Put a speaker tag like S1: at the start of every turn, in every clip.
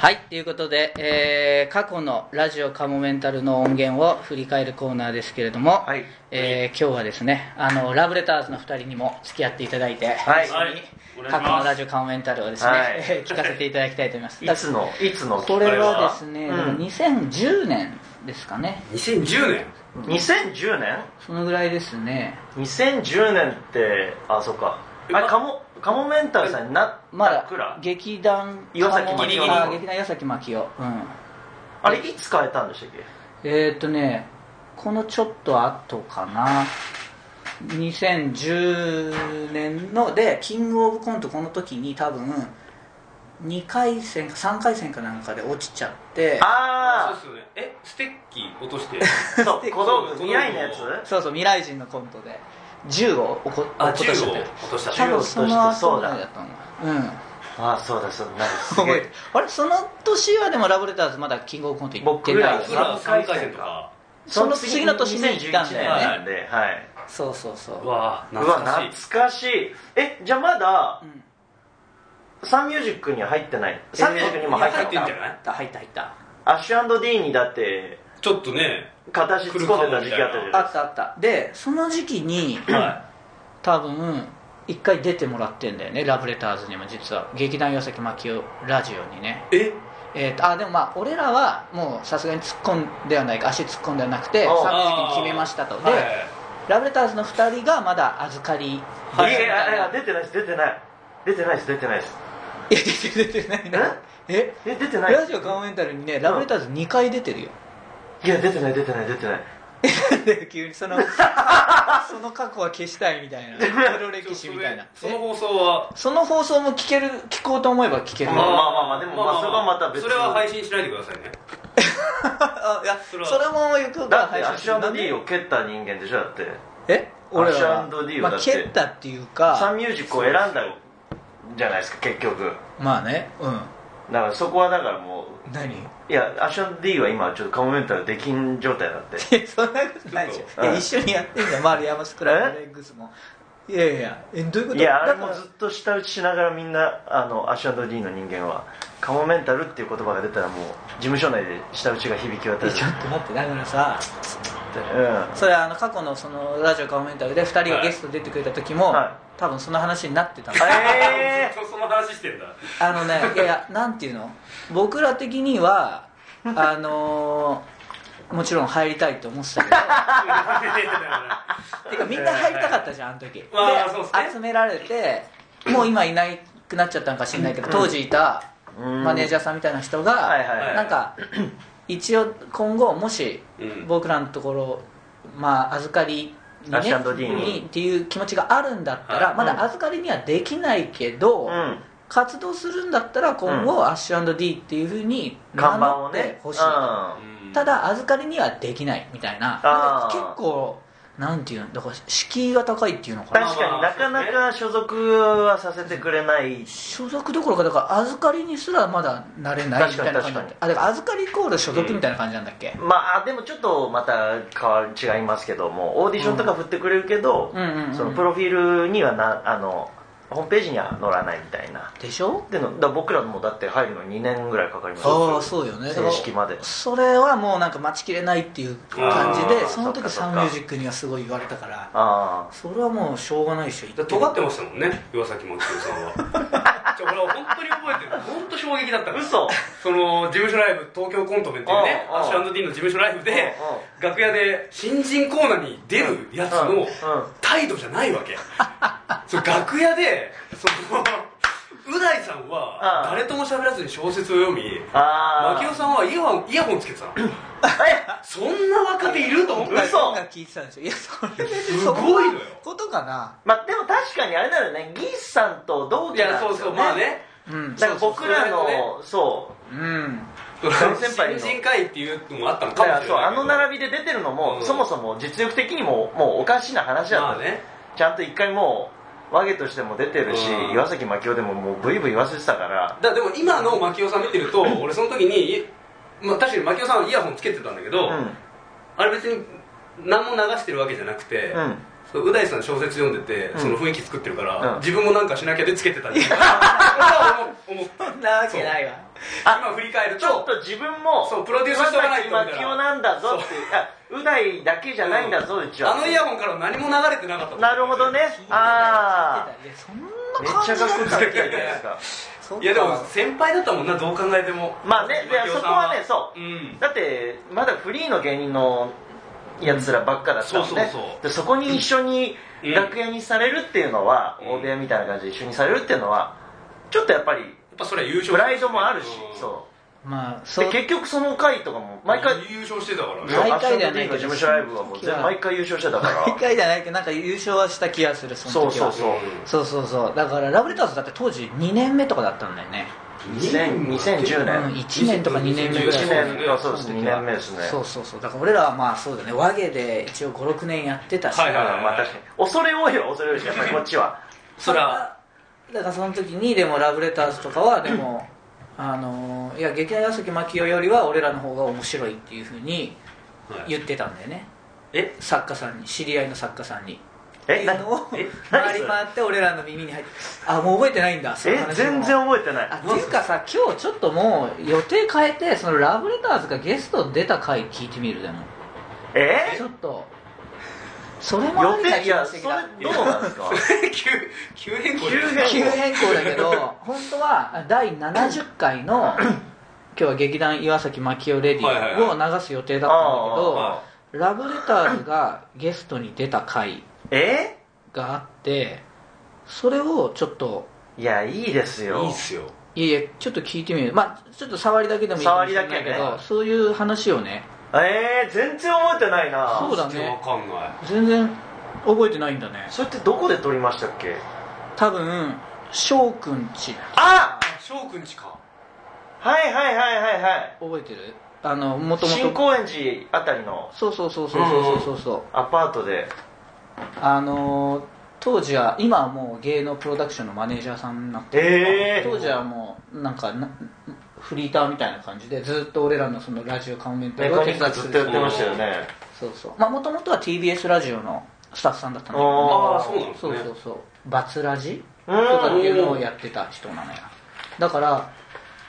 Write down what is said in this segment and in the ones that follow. S1: はい、ということで、えー過去のラジオカモメンタルの音源を振り返るコーナーですけれども、
S2: はい
S1: えー今日はですねあのラブレターズの2人にも付き合っていただいて、
S2: はい
S1: 一
S3: はい
S1: 緒
S3: お
S1: に
S3: 願いします
S1: 過去のラジオカモメンタルをですね、
S2: はい
S1: えー 聞かせていただきたいと思います。
S2: いつのいつの
S1: これはですね、
S2: うん
S1: 2010年ですかね
S3: 2010年
S2: 2010年
S1: そのぐらいですね
S2: 2010年ってあそっかあれカモカモメンタルさんになっ
S1: ま
S2: た
S1: だ
S2: くらい
S1: 劇団
S2: 岩崎
S1: カモ
S2: ギリギリ
S1: あー劇団岩崎真紀夫うん
S2: あれいつ変えたんでしたっけ
S1: えーっとねこのちょっと後かな2010年のでキングオブコントこの時に多分2回戦か3回戦かなんかで落ちちゃって
S2: あ
S3: そうっすよねえステッキ落として
S2: あそう小道具
S3: そう
S2: 未来のや
S3: 小道
S2: つ
S1: そうそう未来人のコントで銃を落こ
S3: あ
S1: 落っ
S3: 銃
S1: ことしちゃ
S3: を
S1: ったよ
S3: 落とした
S1: 多分その後
S2: そう
S1: ぐ
S2: だ
S1: らいだと思ううん
S2: あそうだそうだなんかすげ
S1: 覚え
S2: え
S1: てあれその年はでもラブレターズまだキングオブコント行ってない
S2: 僕
S3: 僕
S1: よね
S2: ら
S3: ら3回戦とか
S1: その次の年に行ったんだよね
S2: 2011年なんではい
S1: そうそうそう
S3: うわ
S2: う
S3: 懐
S2: わ
S3: かしい
S2: 懐かしいえじゃあまだ
S1: うん
S2: サンミュージックには入ってないサンミュージックにも入って
S3: 入ってん
S2: た
S3: じゃない
S1: 入った入った
S2: アッシュ &D にだって
S3: ちょっとね
S2: 片足突っ込んでた時期あったじ
S1: あ
S2: ゃないで
S1: っ
S2: す
S1: たあったでその時期に
S3: は
S1: 多分一回出てもらってんだよねラブレターズにも実は劇団岩崎真紀夫ラジオにね
S3: いえ
S1: えーとあでもまあ俺らはもうさすがに突っ込んではないか足突っ込んではなくて
S2: ああ
S1: その時期に決めましたとで、ラブレターズの2人がまだ預かり
S2: いやいやいや出てないです出てない出てないです出てないです
S1: いや出て出てないなえ
S2: え出てない
S1: ラジオカモメンタルにねラブレターズ2回出てる よ
S2: いや出てない出てない出てない
S1: なんだよ急にその その過去は消したいみた いな黒
S3: い
S1: 歴史みたいな
S3: その放送は
S1: その放送も聞ける聞こうと思えば聞ける
S2: まあまあまあでもまあそれはまた別
S3: それは配信しないでくださいね
S1: あいやそ
S3: そ
S1: れ
S3: れは
S1: もよく
S2: だってアッシ
S1: る
S2: ュ &D を蹴った人間でしょだって
S1: え俺らは
S2: アッシュ &D を
S1: ま
S2: だ
S1: あ
S2: って
S1: 蹴ったっていう
S2: サ
S1: か
S2: ンミュージックを選んだじゃないですか結局
S1: まあねうん
S2: だからそこはだからも
S1: 何 いう
S2: いやアッシュ &D は今ちょっとカモメンタルできん状態だって
S1: やそんなことないでし
S3: ちょっ
S1: ょ
S2: と
S1: いや
S2: うん
S1: 一緒にやって んじゃん丸山スクラブレッグスもいやいやえどういうこと
S2: いやあれ
S1: だか
S2: も
S1: ら
S2: ずっと舌打ちしながらみんなあのアッシュ &D の人間はカモメンタルっていう言葉が出たらもう事務所内で舌打ちが響き渡
S1: え
S2: る
S1: ちょっと待ってだからさ
S2: う
S1: それあの過去のそのラジオカモメンタルで2人がゲスト出てくれた時も、
S2: は
S1: 多分その話になってたの
S2: ん え
S3: ずっとその話してんだ
S1: あの ねいやいやなんていうの僕ら的にはあのーもちろん入りたいと思ってたけど てかみんな入りたかったじゃんあの時で
S3: まあそうっすね
S1: 集められてもう今いなくなっちゃったのか知んないけど当時いた
S2: うん
S1: マネージャーさんみたいな人が、
S2: はいはい
S3: はい
S1: なんか一応今後もし
S3: うん
S1: 僕らのところ、まあ、預かりにね
S2: ラッシュアンドディーン
S1: にっていう気持ちがあるんだったら、
S3: はい
S1: まだ預かりにはできないけど、
S2: うん
S1: 活動するんだったら今後、アッシュ &D っていうふうに
S2: 看
S1: 名
S2: 板
S1: 乗
S2: を
S1: って
S2: ね
S1: ほしい、
S3: うん
S1: ただ預かりにはできないみたいな
S2: あー
S1: 結構なんていうのだから敷居が高いっていうのかな
S2: 確かになかなか所属はさせてくれない
S1: 所属どころかだから預かりにすらまだなれないみ
S2: 確
S1: た
S2: か
S1: い
S2: に
S1: な感じだったあだから預かりイコール所属みたいな感じなんだっけ、
S2: まあでもちょっとまた変わる違いますけどもオーディションとか振ってくれるけど、
S1: うんうんうんうん
S2: そのプロフィールにはなあのホームページには載らないみたいな
S1: でしょ
S2: でのだ僕らもだって入るの2年ぐらいかかりました
S1: ああそうよね
S2: 正式まで
S1: それはもうなんか待ちきれないっていう感じ
S2: あ
S1: で
S2: ー
S1: その時
S2: そっかそっ
S1: サ
S2: か
S1: ンミュージックにはすごい言われたから
S2: あ
S1: それはもうしょうがないでしょ
S3: だ尖ってましたもんね岩崎真紀夫さん はちょこれは本当に覚えてる本当衝撃だった
S2: あ
S3: の
S2: 嘘
S3: その事務所ライブ東京コントメンっていうね
S2: うんうん
S3: アッシュ &D の事務所ライブで
S2: うんうん
S3: 楽屋で新人コーナーに出るやつ
S2: うんう
S3: の
S2: ん
S3: 態度じゃないわ けそう楽屋でそのう大さんは
S2: うん
S3: 誰とも喋らずに小説を読み
S2: ああ
S3: 牧夫さんはイヤホンイヤホンつけ てたのそんな若手いると思って
S1: 誰かが聞いてたんでしょいやそれ別に
S3: す
S1: そん
S3: ごいの
S1: な
S3: よ
S1: ことかな
S2: まあでも確かにあれだよねギースさんと同
S3: い
S2: 期な
S3: や
S2: んですよ、ね、
S3: そうそうまあね
S1: うん
S2: だから僕らの
S3: そうそう
S2: そう
S1: うん
S3: その
S2: 大先輩の
S3: 新人会っていうのもあったの
S2: だ
S3: か
S2: から
S3: もしれない
S2: そ
S3: け
S2: う
S3: ど
S2: あの並びで出てるのも、
S3: うん
S2: そもそも実力的にももうおかしな話だった、
S3: まあね
S2: ちゃんと一回もう和芸としても出てるし、
S3: うん
S2: 岩崎真紀夫でももうブイブイ言わせてたから
S3: だからでも今の牧雄さん見てると俺その時に、いまあ、確かに牧雄さんはイヤホンつけてたんだけど、
S2: うん
S3: あれ別に何も流してるわけじゃなくて、
S2: うん
S3: そうう大さん小説読んでて、
S2: ん
S3: その雰囲気作ってるから、
S2: うん
S3: 自分もなんかしなきゃでつけてたんだよ俺は思う思った
S1: そんなわけないわ
S2: あ
S4: 今振り返る
S2: ちょっ
S4: と
S2: と自分も
S4: そうプロデュースしとかないとみたいな
S2: まさき今なんだぞっていうあう大だけじゃないんだぞうちは
S4: あのイヤホンから何も流れてなかったもん
S2: なるほどねああ
S1: いやそん
S2: めっ
S1: な感
S2: ち
S1: じだ
S2: ゃか
S1: っ
S2: っこよ
S1: た
S2: か
S1: っけ
S2: ったじゃないですか
S1: そっか
S4: いやでも先輩だったもんなどう考えても
S2: まあねいやそこはねそう、
S4: うん
S2: だってまだフリーの芸人のやつらばっかだったんで,、
S4: そうそうそう
S2: でそこに一緒に
S4: うん
S2: 楽屋にされるっていうのは、
S4: うん
S2: 大部屋みたいな感じで一緒にされるっていうのはちょっとやっぱり
S4: やっぱそれは優勝
S2: プライドもあるし、そ
S1: まあそうう
S2: で結局その回とかも毎回
S4: 優勝してたから
S1: 毎
S4: ね
S1: 回ではないけど
S2: 事務所ライブはもう全部毎回優勝してたから
S1: 一回じゃないけどなんか優勝はした気がするそ
S2: そ
S1: の
S2: う
S1: 時
S2: そ
S1: は
S2: うそう
S1: そうそうそうだからラブレターズだって当時2年目とかだったんだよね
S2: 2000 2010
S1: うん
S2: 年
S1: 1年とか2年目ぐらい
S2: 1年あそうです2年目ですね
S1: そうそうそうだから俺らはまあそうだね和芸で一応56年やってたし、
S4: はい
S2: うん
S4: はい
S2: まあ確かに恐れ多いは恐れ多いしやっぱりこっちは
S4: それは
S1: だからその時にでもラブレターズとかはで もあのーいや劇団矢崎真紀夫よりは俺らの方が面白いっていうふうに言ってたんだよね
S2: え
S1: 作家さんに知り合いの作家さんにって
S2: え
S1: い
S2: な
S1: うのを
S2: え何
S1: 回
S2: そ
S1: り
S2: れ
S1: 回って俺らの耳に入ってあもう覚えてないんだその話も
S2: え全然覚えてない
S1: あっていうかさ今日ちょっともう予定変えてそのラブレターズがゲスト出た回聞いてみるでも
S2: え
S1: ちょっとそれもあ
S2: 予
S1: りな
S2: 定い
S1: 気が
S2: や
S1: し
S2: そ
S1: て
S2: れ
S1: きた
S2: どうなんです か
S4: 急急変更
S2: 急変
S1: 急変更だけど本当は第70 回の今日は劇団岩崎真夫レディ
S4: はいはい
S1: を流す予定だったんだけど、
S4: あ
S1: ラブレターズがゲストに出た回
S2: え
S1: があってそれをちょっと
S2: いやいいです
S4: い
S2: よ
S4: いっすよ
S1: いえいえちょっと聞いてみるまあちょっと触りだけでもいいかもしれないけど
S2: 触りだけね
S1: そういう話をね
S2: えー、全然覚えてないな
S1: そうだね
S4: わかんない
S1: 全然覚えてないんだね
S2: それってどこで撮りましたっけ
S1: 多分翔くんち
S2: あ
S4: 翔くんちか
S2: はいはいはいはいはい
S1: 覚えてるあのもとも
S2: 新
S1: と
S2: 高円寺あたりの
S1: そうそうそうそうそうそうそう、
S2: アパートで
S1: あのー当時は今はもう芸能プロダクションのマネージャーさんになって
S2: ええ
S1: 当時はもうなんかなフリーターみたいな感じでずっと俺らのそのラジオカウメント
S2: メ
S1: を
S2: カニックずっとやってましたよね
S1: そうそうまあもともとは TBS ラジオのスタッフさんだったんだけ
S2: お
S1: ど、
S4: ああそうなん
S1: ね、
S4: です
S1: そう
S4: ね
S1: そうそう「バツラジ」
S2: う
S1: とかってい
S2: ん
S1: うのをやってた人なのよだから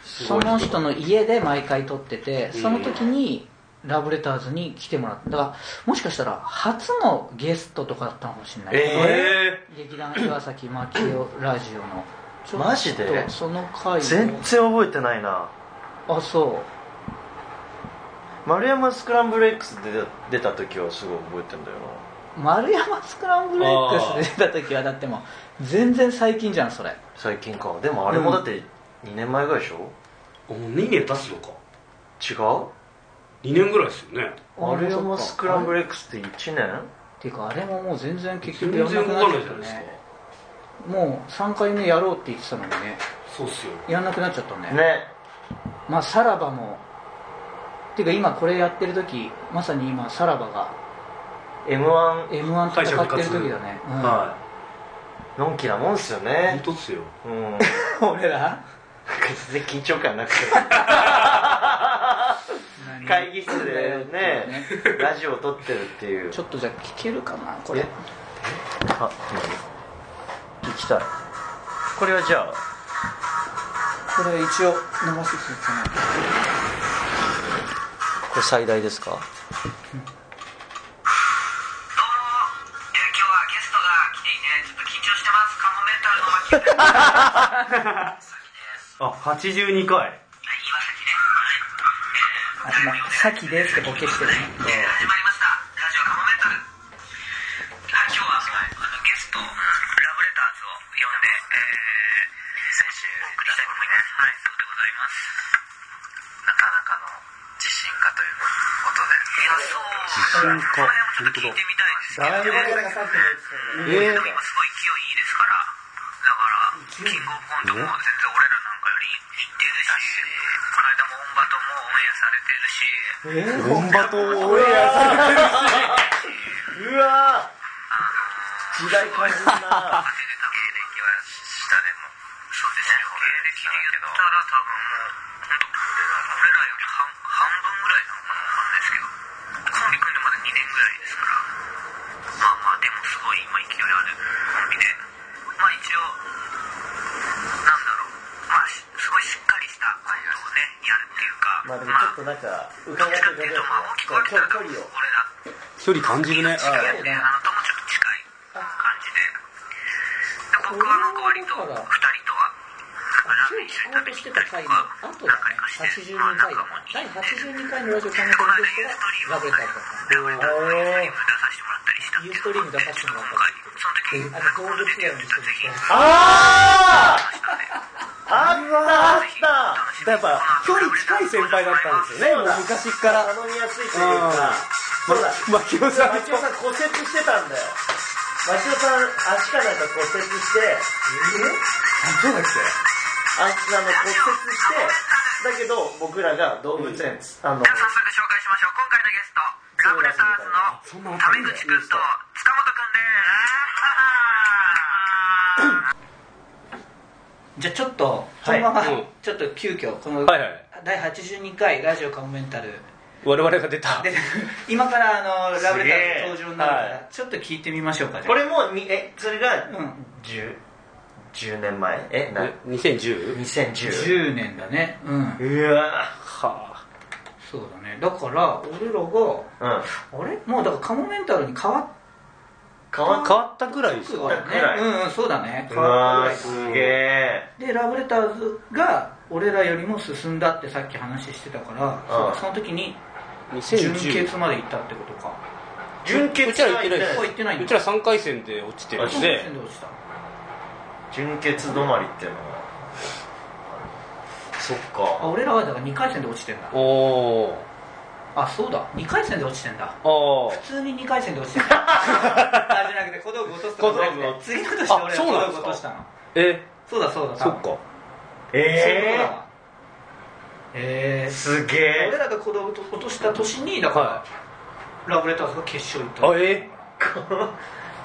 S4: す
S1: そ
S4: ごい
S1: の人の家で毎回撮ってて
S4: うん
S1: その時にラブレターズに来てもらっただからもしかしたら初のゲストとかだったのかもしれない、
S2: え
S4: え
S1: 劇団岩崎真紀夫ラジオのちょっと
S2: マジで
S1: その回
S2: 全
S1: の
S2: 然覚えてないな
S1: あそ
S2: 丸山スクランブル X で出た時はすごい覚えてんだよ
S1: う丸山スクランブル X で出た時はだってもう全然最近じゃんそれ
S2: な最近かでもあれもだって2年前ぐらいでしょ
S4: もう2年経つのか
S2: 違う
S4: 2年ぐらいですよね
S2: 丸山スクランブ
S1: ル
S2: ル X って1年
S1: っていうかあれももう全然結
S4: 全
S1: 局
S4: 然
S1: や
S4: わ
S1: ん
S4: かん
S1: なく
S4: な
S1: なっちゃ
S4: い
S1: っ
S4: じゃ
S1: た
S4: ないですか
S1: ねもう3回目やろうって言ってたのにね
S4: そうっすよ
S1: やんなくなっちゃったね
S2: ね
S1: まあさらばもっていうか今これやってる時まさに今さらばが
S2: m 1
S1: m 1戦ってる時だね、うん
S4: は
S2: のんきなもんっすよ
S4: い本
S2: ね
S4: 当っすよ
S2: うんなん か
S1: 俺ら
S2: 全然緊張感なくて会議室でねラジオ撮ってるっていう
S1: ちょっとじゃあ聞けるかなこれ
S2: えあ聞きたいこれはじゃあ
S1: これ一応伸ばしてきてかな
S2: これ最大ですか
S5: どうも、えー今日はゲストが来ていて、ちょっと緊張してます。カモメンタルの巻き。
S2: あ82回
S5: 岩崎です。
S1: あ今「さきです」ってボケしてるね
S5: はい。えー始まりました。ラジオカモメンタル。はい、今日はあのゲスト、ラブレターズを呼んで、えー、先週、お送りしたいと思います。はい、そうでございます。なかなかの自信家ということで。いや、そう。
S2: 自信家
S5: これもちょっと聞いてみたいですけど。
S2: ええ
S5: 今すごい勢いいいですからだからキングオブコントも全然俺らなんかよりいってるしこの間もオンバトもオンエアされ
S2: オンバ
S5: てるし
S2: トをオンエアうわ時代感じるな
S5: 当てれた経歴は下でもそうですね経歴で言ったら多分もう本当俺らより半半分ぐらいなのかなわかんないですけどコンビ組んでまだ2年ぐらいですからまあまあでもすごい今勢いあるコンビでまあ一応なんだろうまあしすごいしっかりしたとこ
S2: まあでもちょっとなんか伺ってるだけだから距距離を
S5: 俺だ
S3: 距離感じるね。
S5: あのともちょっと近い感じでで僕はなんか割と2人とはなんかラーメン一緒に
S1: あとだね
S5: 食べに行ったりとか
S1: 82回だ第82回のラジオ考えてる人がラブレターズだった
S2: おー
S5: で割と出させてもらったりしたん
S1: ユーストリーム出
S5: で
S1: させてもらっ
S5: 今
S1: たあの動物
S5: 回その時に
S1: 園の人です
S2: あーあったあった
S3: やっぱ、距離近い先輩だったんですよね、もう昔から。
S2: 頼みやすいというかそうだ
S3: ま、きおさん
S2: 町尾さん骨折してたんだよ町尾さん足かなんか骨折して
S3: どうだっ
S2: ああの骨折してだけど僕らが動物園、あの
S5: じゃあ早速紹介しましょう今回のゲストラブレターズのタメ口くんと塚本くんです
S1: じゃあちょっとこ
S2: は
S1: の
S2: い
S1: まま
S3: うん
S1: ちょっと急遽この
S3: はいはい
S1: 第82回ラジオカモメンタル
S3: け我々が出た
S1: で。今からあのラブレターズ
S2: す
S1: 登
S2: げえ
S1: 場になるか
S2: は
S1: らちょっと聞いてみましょうかじゃあ
S2: これもうにえそれが
S1: うん
S2: 1010年前えな
S3: 2010?
S2: 2010
S1: 10年だねうん
S2: うわ
S3: は
S1: そうだねだから俺らが
S2: うん
S1: あれもうだからカモメンタルに変わっ
S2: 変
S3: ぁ。
S2: わ
S3: 変
S2: っ
S3: わったぐらいです
S1: す
S3: か
S1: ごいね
S2: くらい
S1: うんうんそうだね
S2: うわ
S1: ぐら
S2: ー
S1: いだ
S2: すげえ
S1: でラブレターズが俺らよりも進んだってさっき話してたからそう
S2: うん
S1: だその時に準
S3: 2010。
S1: 決まで行ったってことか
S2: 純潔
S3: うちら行ってないで
S1: あ行ってないん
S3: す。
S1: だ
S3: うちら3回戦で落ちてるんで
S1: そう、で落ちた
S2: 純潔止まりっていうのはそっ
S1: あ
S2: か
S1: 俺らはだから2回戦で落ちてんだ
S3: おー。
S1: あそうだ2回戦で落ちてんだ
S3: あ
S1: 普通に2回戦で落ちてんだあじゃなくて小道具落とすとかじゃな
S2: 小道具
S1: く
S2: を
S1: て次の年俺ら
S3: あそうなん
S1: 小道具落
S3: ですか
S1: としたの
S3: ー。え、
S1: そうだそうだ
S3: そっか。
S1: え
S2: え
S1: えー
S2: ー、すげ
S1: 俺
S2: え
S1: らが子供と落とした年にだから、
S3: は
S1: ラブレターズが決勝行った
S3: あ、え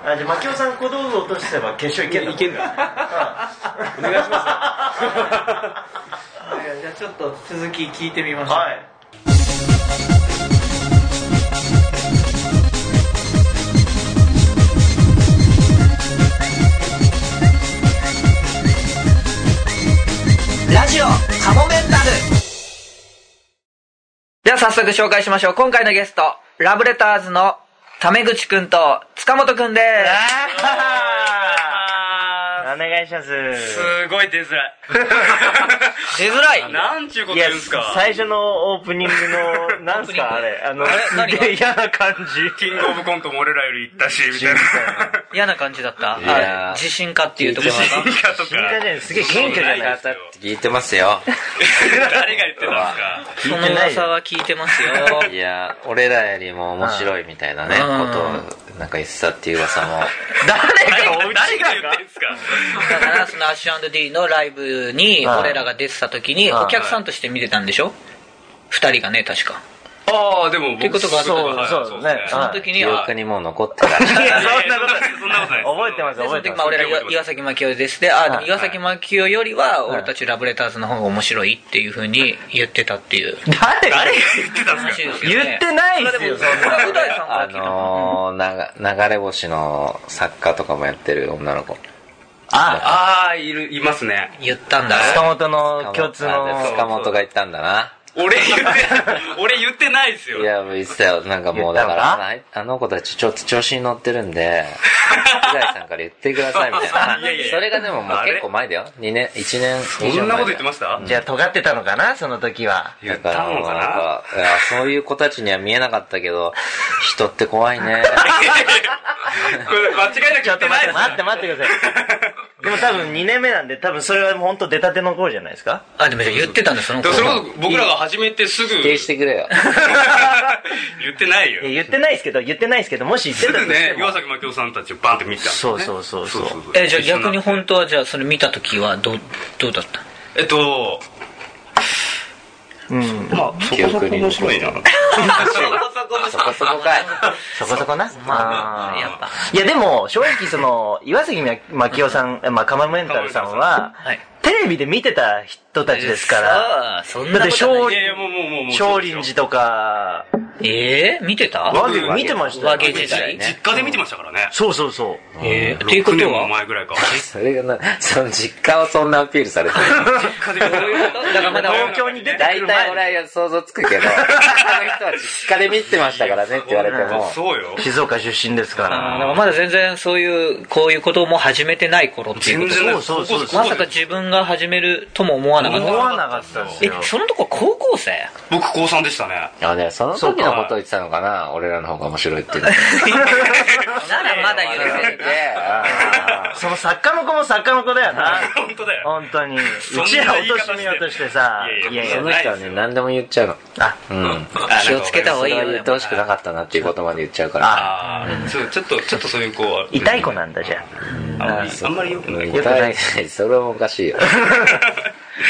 S2: あじゃあ槙尾さん小道具落としてば決勝いけんだ
S3: いけんだ。お願いしますよ。
S1: じゃあちょっと続き聞いてみましょう、
S2: はい
S1: ラジオカモメンタルでは早速紹介しましょう今回のゲストラブレターズのタメ口くんと塚本くんです
S6: あ
S2: お願い します
S6: ーすごい出づらい。
S1: 出づら い
S6: なんちゅうこと言うんすか。
S2: 最初のオープニングのなんすかあれあのすげえ嫌な感じ
S6: キングオブコントも俺らより行ったし、みたいな。
S1: 嫌な感じだった
S7: いやー
S1: あ自信家っていうところ
S6: 自信
S1: が
S6: 家とか。
S2: 信家じゃないすげえ謙虚じゃない
S6: ですよ
S7: 聞いてま すよ。
S6: 誰が言ってたんす
S2: 聞
S1: その噂は聞いてますよ
S7: いや、俺らよりも面白いみたいなね、
S1: うん
S7: ことを、なんか言ってたっていう噂 も。
S6: か誰が誰が言ってんすか
S1: だからそのアッシュ &D のライブに
S2: はい
S1: 俺らが出てた時にお客さんとして見てたんでしょ2人がね確か
S6: ああ、でも
S1: っていうことがあった
S6: はい
S2: そうそうね
S1: そ
S2: は
S1: の
S2: い
S1: 時に
S7: 記
S1: あ
S7: 憶にもう残って た。
S6: いや、そんなことない。そんなことない。
S2: 覚えてます
S1: でその
S2: 覚えて
S1: 時
S2: ま
S1: まあ俺ら
S6: 覚えてます
S1: 岩崎真紀夫ですでああでも
S2: はい
S1: 岩崎真紀夫よりは
S2: はい
S1: 俺たちラブレターズの方が面白いっていうふうに言ってたっていう
S2: 誰
S6: 誰が言ってたんすか
S1: 話ですよ
S2: 言
S1: ね
S2: ってないですよそん
S1: これはう
S2: な
S1: 大さんか
S7: あ
S1: ら聞いた
S7: のー、なが流れ星の作家とかもやってる女の子。
S2: あ
S6: ああ、いる、いますね。
S1: 言ったんだ
S2: 塚本の共通の
S7: あ塚本が言ったんだな。
S6: 俺言って、俺言ってないですよ
S7: い。や、言ってたよ。なんかもう、
S2: 言っ
S7: だ
S2: たの
S7: か、
S2: から
S7: あのあの子たちちょっと調子に乗ってる んで、う大さんから言ってくださいみた
S6: い
S7: い
S6: やいやいや
S7: な。それがでももう
S6: あれ
S7: 結構前だよ。2年、1年以上前だよ。
S6: そんなこと言ってました
S2: じゃあ尖ってたのかなその時は
S6: 言ったのかな
S7: だからいやそういう子たちには見えなかったけ ど、人って怖いね。
S6: これ間違いなく
S2: ち
S6: 言
S2: ょ
S6: っ
S2: っと
S6: てないですよ
S2: 待って待って待ってくださいでも多分2年目なんで多分それは本当出たての頃じゃないですか
S1: あでも言ってたんだその
S6: で
S1: 子
S6: もそれこそ僕らが始めてすぐ
S7: 否定してくれよ。
S6: 言ってないよ
S2: い。や言ってないですけど言ってないですけどもし言って
S6: す
S2: たと
S6: ぐ
S2: して
S6: ね、
S2: も
S6: 岩崎真紀夫さんたちをバンって見た。
S2: そうそうそうそう
S1: えじゃあ逆に本当はじゃあそれ見た時はどうどうだった
S6: えっと、
S2: うん
S6: まあ、そこそこ面白いな。
S7: そこそこかい。
S2: そこそこなあー
S1: やっぱ
S2: いやでも正直その岩崎真夫さん、まあ、カマメンタルさんは
S1: はい
S2: テレビで見てた人たちですから
S1: そん
S2: だ
S1: な
S2: って
S1: ことない
S2: 勝
S6: いやいや、もうもうもうもう。
S2: 少林寺とか
S7: ええ見てた
S2: 和牛見てましたよ
S7: 和牛時代ね
S3: 実家で見てましたからね。
S2: そうそうそう
S7: ええっていうこ
S3: 6
S7: と
S3: 年も
S7: は
S3: 前ぐらいか。
S7: それがな、その実家をそんなアピールされてる。
S3: 実家で見た
S7: だからまだ
S2: 東京に出てく
S7: 大
S2: る
S7: 体
S2: 前
S7: 俺は想像つくけ ど、他の人は実家で見てましたからねって言われても。
S3: そうよ。
S2: 静岡出身ですか
S7: あー
S2: ら
S7: でもまだ全然そういう、こういうことも始めてない頃っていう
S3: 全
S7: こと
S3: 然ない。
S2: そうそうそう
S7: まさか自分が始めるとも思わなかっ
S2: 思
S7: た。
S2: わなかったんで す
S7: え
S2: よ、
S7: そのとこ高校生
S3: 僕、高3でしたね。
S7: あ、ね、その時のことを言ってたのかな俺らの方が面白いっていうの。ならまだ許せるね。あ
S2: その作家の子も作家の子だ よな
S3: 本当だよ。
S2: 本当にう
S3: そんな
S2: ちら
S3: 言い
S2: 落
S3: 方
S2: としめようとしてさ
S3: し
S2: い
S3: てい
S2: や
S3: や
S2: い
S3: い
S7: ー
S3: や
S2: や
S7: その人はね、何でも言っちゃうの。
S2: あ
S7: うん
S3: あ。
S7: 気をつけた方がいいよ。それは言ってほしくなかったなっていうことまで言っちゃうから。
S3: ああ、そう、ちょっと、ちょっとそういう子は。
S2: 痛い子なんだじゃ
S3: あんまり、あんまり良くない
S7: 答
S3: 子。
S7: えない。それはおかしい よ。
S2: あ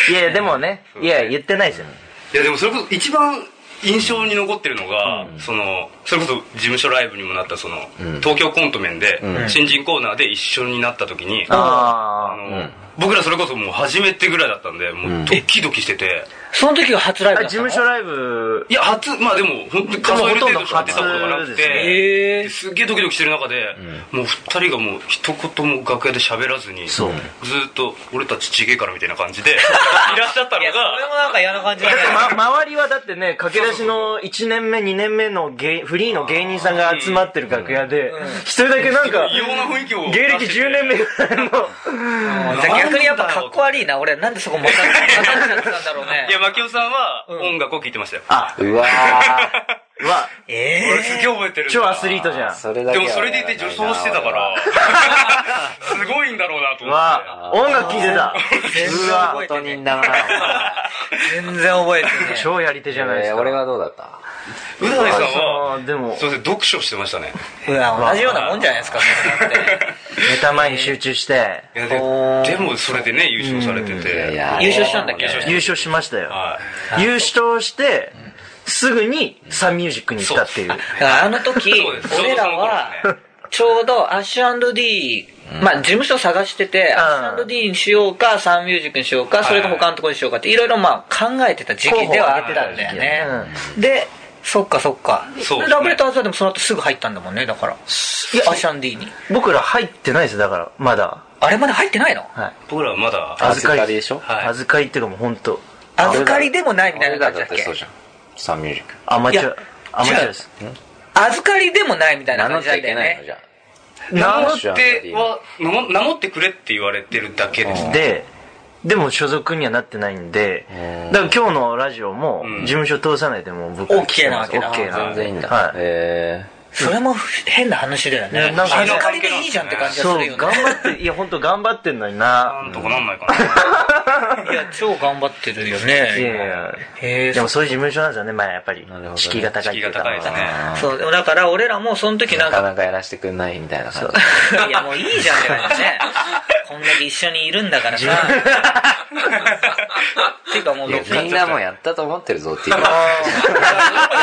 S2: いやいやでもねいや言ってないですよ
S3: いやでもそれこそ一番印象に残ってるのが、そのそれこそ事務所ライブにもなったその、東京コント面で、新人コーナーで一緒になった時に、あ
S2: あ
S3: の僕らそれこそもう初めてぐらいだったんでもうドキドキしてて、
S7: その時が初ライ
S2: あ
S7: ブ
S2: あ
S7: だ
S2: 事
S7: ったの
S2: 務所ライブ
S3: いや初まあでも本当に数える程度しか出たことがなく
S2: でもほとんど初です
S3: て。
S7: えー
S3: すっげえドキドキしてる中で、もう二人がもう一言も楽屋で喋らずにず
S2: そう
S3: ーっと俺たちちげえからみたいな感じ でいらっしゃったの
S1: いやそ
S3: が
S1: れもなんか嫌な感じだね
S2: ま、周りはだってね、駆け出しの1年目、2年目の芸フリーの芸人さんが集まってる楽屋で、一人だけなん か、
S3: 異様な雰囲気を
S2: 芸歴10年目ぐらいの、
S1: じゃあ逆にやっぱかっこ悪いな俺なんでそこもたなっちゃったんだろうね
S3: いや、マキオさんは音楽を聴いてましたよ。
S7: うわー。
S2: は、
S1: え
S3: 俺すげえ覚えてるんだ。
S2: 超アスリートじゃん。
S7: それだ
S3: で
S7: け
S3: も
S7: は
S3: それでいて女装してたから、 すごいんだろうなと思っ
S2: わ、音楽聴いてた。うわ、
S7: 本当にだな
S1: 全然覚えてね
S2: 超やり手じゃ ないです
S7: えー
S2: か。
S7: 俺はどうだった
S3: て。うだねさん
S2: あ
S3: は、
S2: ーでも
S3: す、いません、読書してましたね。
S1: うわ同じようなもんじゃないですかそれだって
S2: ネタ前に集中して、
S3: いやででもそれでね、優勝されてて。
S7: いやいや
S1: 優勝したんだっけ
S3: 優勝
S2: 優勝しましたよ。
S3: は
S2: 優勝して、すぐにサンミュージックに行ったっていう。
S1: だからあの時
S3: そうです
S1: 俺らは
S3: そうそう
S1: ちょうどアッシュ &D まあ事務所探してて、アッシュ &D にしようか、サンミュージックにしようか、それか他のところにしようかって、いろいろまあ考えてた時期ではあったんだよね。で、そっかそっか。
S3: そうですね
S1: ラブレターズはでもその後すぐ入ったんだもんね、だから。アッシュ &D に。
S2: 僕ら入ってないですだから、まだ。
S1: あれまで入ってないの
S2: はい。
S3: 僕らはまだ、
S7: 預かりでしょ
S3: はい
S2: 預かりっていうかもう本当
S1: 預かりでもないみたいな感じだっ
S7: 俺らだってそう
S1: け
S7: じゃんサンミュージック
S2: アマチ
S1: い
S2: ュ
S1: や
S2: ア、アマチュアです。
S1: 預かりでもないみたいな
S7: 名乗
S1: 感
S7: っ
S1: じ
S7: ちゃ
S1: だったよ
S7: いけないの
S1: ね
S7: じゃ
S3: 名乗っ
S7: あ
S3: ては、名乗名乗ってくれって言われてるだけです。
S2: で、でも所属にはなってないんで
S7: へ、ー
S2: だから今日のラジオも
S3: うん
S2: 事務所通さないでもう僕
S1: OK なわけだ
S2: OK
S7: あ
S2: な
S7: 全然いいんだ
S2: はい
S7: え
S1: それも変な話だよね
S2: ねなんかね
S1: 預かりでいいじゃんって感じがす
S2: そ
S1: る
S2: う、
S1: よ
S2: 頑
S1: ね
S2: 張って、いや本当頑張ってんのに
S3: な
S2: な。
S3: んとかなんないかな。
S1: いや超頑張ってるよ
S2: い
S1: ね
S2: やいや
S1: へえ
S2: でもそういう事務所なんですよね、まあやっぱり
S7: るほど。ね
S2: 敷居が高い
S3: 敷
S2: っ
S3: 居
S2: てい
S3: が
S2: うか
S3: 高いですね。
S1: そうでもだから俺らもその時
S7: ー
S1: な
S7: なんか
S1: か
S7: なかやらせてくんないみたいな感
S1: いやもういいじゃんって感じね こんだけ一緒にいるんだからさっていうかもう
S7: じ
S1: 別
S7: いやみ
S1: に
S7: んなもうやったと思ってるぞってい う
S1: 俺もや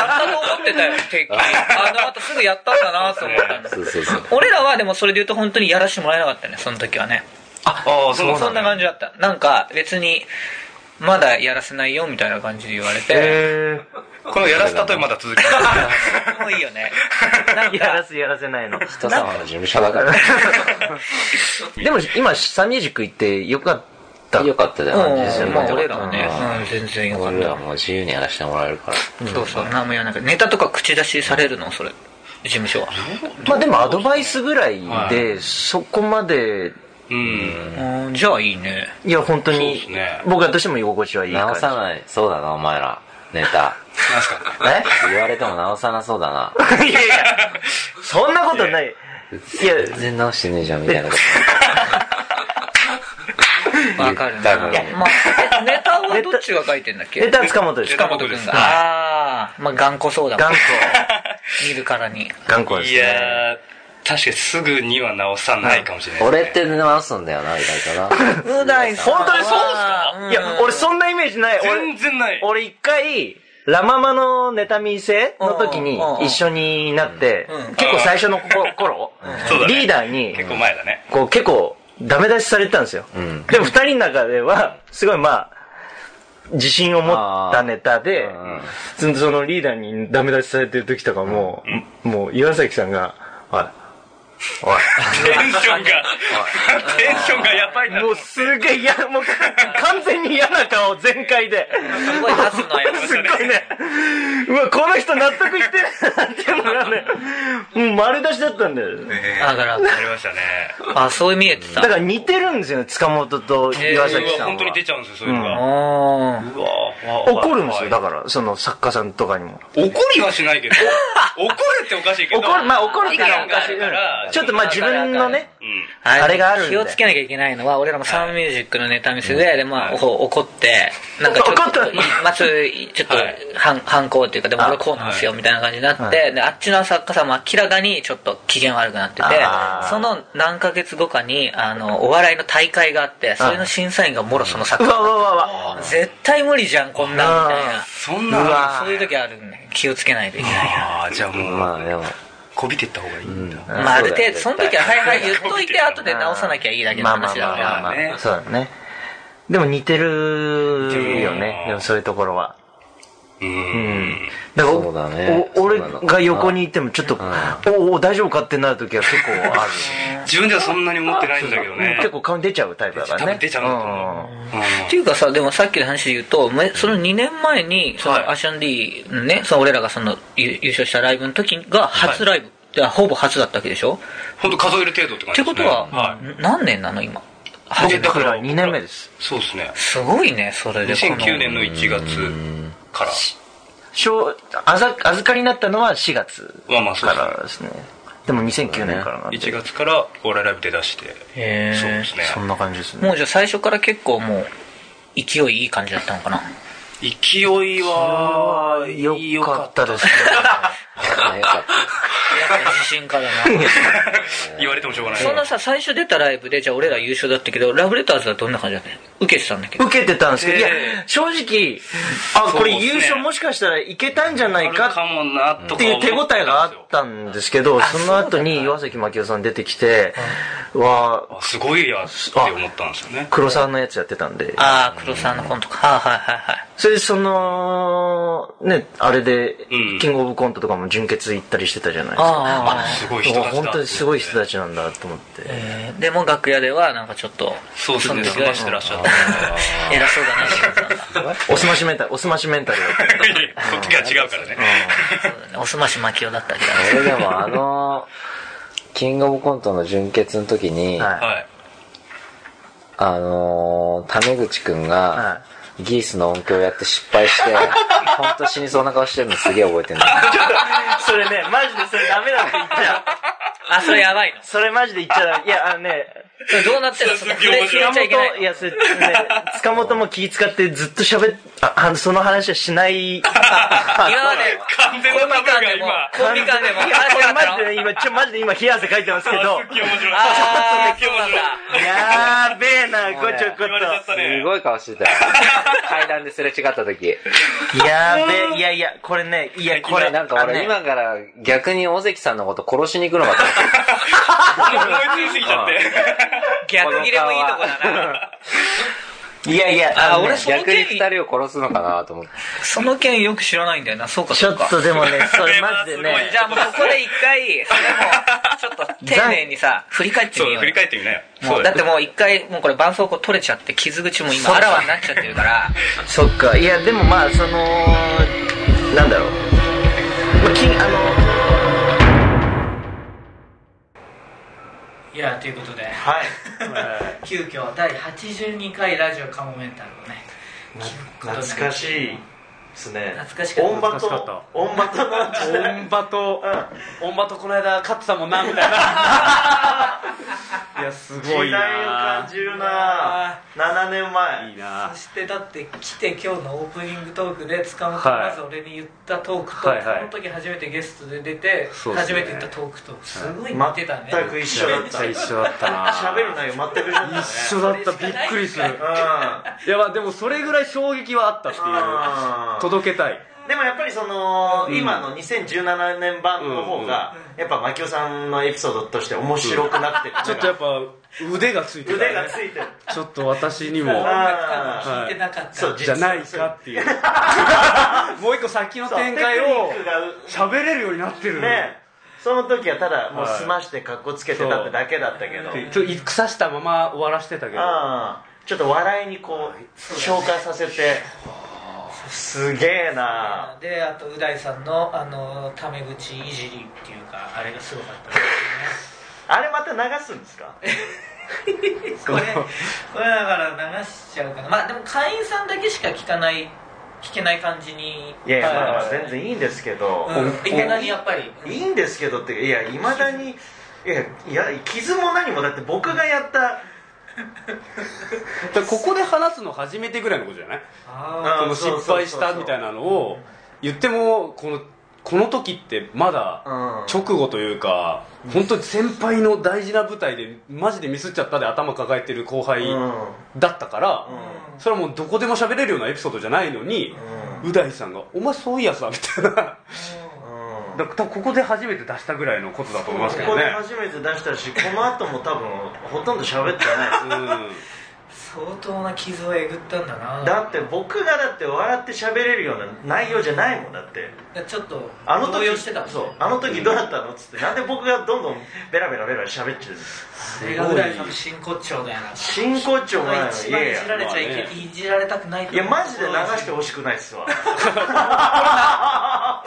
S1: ったと思ってたよてっきりあの後すぐやったんだなと思ったんだ
S7: そうそうそう
S1: 俺らはでもそれで言うと本当にやらしてもらえなかったねその時はね
S3: ああ、そう
S1: そんな感じだったなんか別にまだやらせないよみたいな感じで言われて
S2: え
S3: このやらせたとえまだ続きます。
S1: もういいよねなん
S2: ーやら
S1: か
S2: せやらせないの。
S7: 人様の事務所だから
S2: でも今、サンミュージック行ってよかった。
S7: よかったじゃん
S1: うん
S7: 感じですよね
S1: まあ俺らはね
S7: うん
S1: うん全然よかっ
S7: 俺らもう自由にやらせてもらえるから
S1: たそうそう何も言わなくてネタとか口出しされるのそれ事務所は
S2: まあでもアドバイスぐらい
S3: は
S2: で、そこまで、
S3: うん。
S1: うんじゃあいいね
S2: いや本当
S3: そうで
S2: に
S3: すね、
S2: 僕らとしても居心地はいい感
S7: 直
S2: じ。
S7: さないそうだなお前らネタ
S3: なんすか
S2: え
S7: 言われても直さなそうだな い
S2: やいや、そんなことない。いや、
S7: 全然直してねえじゃんみたいなこと
S1: わかる
S7: 言
S1: な
S7: ったの
S1: ま
S7: に
S1: あネタはどっちが書いてんだっけ
S2: ネタは塚本です。
S1: 塚本君がああまあ頑固そうだもん
S2: 頑固。
S1: 見るからに
S2: 頑固です
S3: い
S2: ね。
S3: やー、確かにすぐには直さないかもしれないですね。
S7: 俺って直すんだよな意外とな
S1: うだい
S2: 本当にそうですかいや、俺そんなイメージない。俺
S3: 全、然ない。
S2: 俺一回、ラママのネタ見せの時に
S1: うんうん
S2: 一緒になって
S1: うん、
S2: 結構最初の頃頃
S3: そうだ、ね
S2: リーダーに、
S3: 結構前だね。
S2: こう結構ダメ出しされてたんですよ。
S7: ん
S2: でも二人の中では、すごいまあ、自信を持ったネタで、そのそのリーダーにダメ出しされてる時とかも、もう岩崎さんが、おい、おい、
S3: テンションが、 テンションがやばいな。
S2: もうすげえ嫌、もうか完全に嫌な顔全開で。
S1: すごい出すのよ
S2: すっごいね。うわ、この人納得いってないなっていうのがね、もう丸出しだったんだよ。
S1: だから
S3: ありましたね。
S1: あそう見えてた
S2: だから似てるんですよね、塚本と岩崎
S3: う
S2: さ
S3: わ
S2: ん
S3: 本当に
S2: は。
S3: 出ちゃうんですよ、そういうのが。
S1: あ
S3: うわ
S2: 怒るんですよ、だ
S3: だ
S2: から、その作家さんとかにも。
S3: 怒りはしないけど、怒るっておかしいけど。
S2: 怒る、まあ怒るっていうのは
S3: 意見があるから
S2: うんちょっとまあ自分のね、
S3: うん。
S1: あ
S2: あれがあるん
S1: 気
S2: で
S1: をつけなきゃいけないのは、俺らもサンミュージックのネタ見せで、で、まあ、お怒って、なんかちょっ
S2: 怒った
S1: と、まあ、そういう、ちょっと
S3: はい、
S1: 反、反抗っていうか、でも俺こうなんですよ、みたいな感じになって、で、あっちの作家さんも明らかにちょっと機嫌悪くなってて
S2: あ、ー
S1: その何ヶ月後かに、あの、お笑いの大会があって、それの審査員がもろその作
S2: う
S1: 家
S2: わうわうわうわ。
S1: 絶対無理じゃん、こんなん、みたいな。
S3: そんな
S2: うわ
S1: そういう時あるんで、気をつけないといけない。
S3: ああ、じゃあもう、
S7: まあでも、
S3: こびてった方がいいんだ。
S1: まあ、ある程度、そ
S7: そう
S1: の
S7: だよ
S1: 時は、はいはい、言っといて、
S3: うん
S1: 後で直さなきゃいいだけの
S2: まあまあ
S1: 話だ
S2: ま
S1: か
S2: あまあ
S1: ら。
S2: まあ、
S3: ね
S2: そうだね。でも似てるよね。でもそういうところは。
S3: うん。
S2: だから
S7: そうだね
S2: お俺が横にいてもちょっと、おお、大丈夫かってなるときは結構ある。
S3: 自分ではそんなに思ってないんだけどね。
S2: 結構顔に出ちゃうタイプだからね。
S3: 多分出ちゃうんだと思
S2: うん
S1: っていうかさ、でもさっきの話で言うと、めその2年前に、そ
S3: はい
S1: のアシャンディのね、その俺らがそのゆ優勝したライブの時が初ライブ、いやほぼ初だったわけでしょ、
S3: 本当数える程度って感
S1: っ
S3: じ
S1: て
S3: ですね。
S1: ことは、
S3: はい。
S1: ん何年なの今。
S2: 僕だから2年目です。
S3: そうですね。
S1: すごいね、それで。
S3: 2009年の1月から。
S2: 小あざ預かりになったのは4月
S3: まあまあそ
S2: か
S3: うですね
S2: らですね。でも2009年からなんで。
S3: 1月からオーライライブで出して。
S1: へー
S3: そうですね。
S2: そんな感じですね。
S1: もうじゃあ最初から結構もう、勢いいい感じだったのかな。
S3: 勢いは、
S2: よかったですね。
S7: よかっ
S1: やっぱ自信家だな。
S3: 言われてもしょうがない。
S1: そんなさ、最初出たライブで、じゃあ俺ら優勝だったけど、ラブレターズはどんな感じだったの受けてたんだけど。
S2: 受けてたんですけど、いや
S3: え、
S2: 正直、あ、これ
S3: そうですね
S2: 優勝もしかしたらいけたんじゃないか
S3: あるかもなとか思
S2: っていう手応えがあったんですけど、その後に岩崎真夫さん出てきて、わ
S3: あすごいやつって思ったんですよね。
S2: 黒沢のやつやってたんで、
S1: ああ、黒沢のコントか。はいはいはいはい。
S2: それでその、ね、あれで
S3: うん、
S2: キングオブコントとかも純潔行ったりしてたじゃないですか。
S1: ああ。
S3: すごい人たちだ。
S2: 本当にすごい人たちなんだと思って。
S1: えーでも楽屋ではなんかちょっと
S3: そうですね、
S1: その
S3: 済
S1: 時は
S3: ましてらっしゃった。
S1: 偉そうだなって感じなんだ
S2: おすましメンタル、おすましメンタルだった。
S3: い やいやそっちが違うからね。
S1: そうだねおすまし巻きおだったりだ
S7: た。俺でもあの、キングオブコントの準決の時 に、
S2: はい
S3: はい。
S7: あのー、タメ口くん
S2: は
S7: が、ギースの音響やって失敗して、本当死にそうな顔してるのすげえ覚えてんだ
S2: それね、マジでそれダメだって言っちゃう。
S1: あそれやばいの
S2: それマジで言っちゃダメ。いや、あのね、
S1: それどうなってるのそれ触れ触
S2: 塚
S1: れちゃいけな
S2: 本、い
S1: い
S2: や、それね、塚本も気使ってずっと喋っ、あ、あのその話はしない。
S1: 今まで
S3: 完全なタブーが
S1: でも
S3: 今。
S1: コンビ間でも
S2: いや、これ
S1: 話があ
S2: マ
S1: っ
S2: ジ
S1: た
S2: で
S1: の
S2: ね、今、ちょ、マジで今、冷や汗かいてますけど
S3: あ、すっげえ面白い。
S1: あ
S3: す
S1: ー
S3: っげえ面白い。
S2: やーべえな、こちょこ
S3: 言われちゃっ
S2: ち
S3: た
S7: す
S3: ね。
S7: ごい顔してたよ。階段ですれ違った時。
S2: ょ。やー べえ、いやいや、これね、いや、こ
S7: こ
S2: れ、
S7: れなんか
S2: あのね
S7: 俺今から逆に尾関さんのこと殺しに行くのかと思った。
S3: 思いついすぎちゃって。
S1: 逆切れもいいとこだな
S2: いやいや、
S1: あ
S2: のね
S1: 俺その
S7: 逆に
S1: 件
S7: 二人を殺すのかなと思って。
S1: その件よく知らないんだよなそうか
S2: ち
S1: そ
S2: ょ
S1: う
S2: っ
S1: か
S2: とで もね、それ
S3: これは
S2: マジでね
S1: じ、ゃあもうここで一回それもちょっと丁寧に さ振り返ってみ
S3: そう、
S1: よう
S3: 振
S1: よ
S3: り返ってみなよ。
S1: も
S3: そうう
S1: だっ
S3: だ
S1: てもう一回もうこれ絆創膏取れちゃって傷口も今あらわになっちゃってるから
S2: そっか、いや、でもまあ、その、なんだろう、まあ、きあの、
S8: いやということで、
S9: はい
S8: 急遽第82回ラジオカモメンタルをね
S9: 懐かしいですね
S8: 懐かしかった
S9: オンバ
S5: 懐か
S9: トオンバトの時代
S5: オンバと、オンバとこの間勝ってたもんな、み たいな。いや、すごい
S9: 時代を感
S5: な。
S9: じるな7年前
S5: いいな
S8: そ。してだって来て今日のオープニングトークで塚本
S5: はい
S8: がまず俺に言ったトークと、
S5: はいはい
S8: その時初めてゲストで出て、
S5: そうです
S8: 初
S5: ね
S8: めて言ったトークとすごい似てたね、
S9: 全く一緒だ
S5: め
S9: っ
S5: ったちゃ一緒だっ たな。
S9: 喋る内容全く一緒だったね
S5: 一緒だった、びっくりする。
S9: うん
S5: いや、まあでもそれぐらい衝撃はあったっていう。
S9: あー
S5: 届けたい。
S2: でもやっぱりその、今の2017年版の方が、やっぱ牧雄さんのエピソードとして面白くなって
S3: ちょっとやっぱ腕がついてる、
S2: 腕がついてる
S3: ちょっと私に も
S2: あ
S1: 聞
S2: ー
S1: いてなかった
S2: そう
S3: じゃない
S2: 実は
S3: か っていうもう一個先の展開
S2: そう
S3: を
S2: テクニックがう
S3: 喋れるようになってる
S2: ねその時はただもう
S3: はい
S2: 済まして格好つけてたってだけだったけど、
S3: ちょっと戦したまま終わらしてたけど
S2: ああちょっと笑いにこう消化させてすげえな
S1: であとう大さんのあのタメ口いじりっていうかあれがすごかったです
S2: あれまた流すんですか
S1: ねこれこれだから流しちゃうかなまあでも会員さんだけしか聞かない聞けない感じに
S2: いやいやまあまあ
S1: はい
S2: 全然いいんですけど、
S1: うんいまだにやっぱり
S2: いいんですけどっていやいまだにいやいや傷も何もだって僕がやった
S3: だからここで話すの初めてぐらいのことじゃない
S1: あ
S3: この失敗したみたいなのを言ってもこのこの時ってまだ直後というか本当に先輩の大事な舞台でマジでミスっちゃったで頭抱えてる後輩だったからそれはもうどこでも喋れるようなエピソードじゃないのにう大さんが「お前そういうやつだ」みたい なだから多分ここで初めて出したぐらいのことだと思いますけ
S2: こ
S3: ど
S2: こ
S3: ね
S2: で初めて出したしこの後も多分ほとんど喋ってないです
S1: 相当な傷をえぐったんだな
S2: だって僕がだって笑って喋れるような内容じゃないもんだって
S1: だからちょっと
S2: あの
S1: 動
S2: 時
S1: 揺してたもんね
S2: そうあの時どうだったのっつってなんで僕がどんどんベラベラベラ喋っちゃう
S1: それがう大さんの真骨頂だよな
S2: 真骨頂がないの
S1: 一
S2: い
S1: 番い
S2: や
S1: じ
S2: い
S1: ら
S2: や
S1: れちゃいけ、
S3: まあ
S1: いじられたくないと思
S2: いや
S1: う
S2: マジで流してほしくないっすわ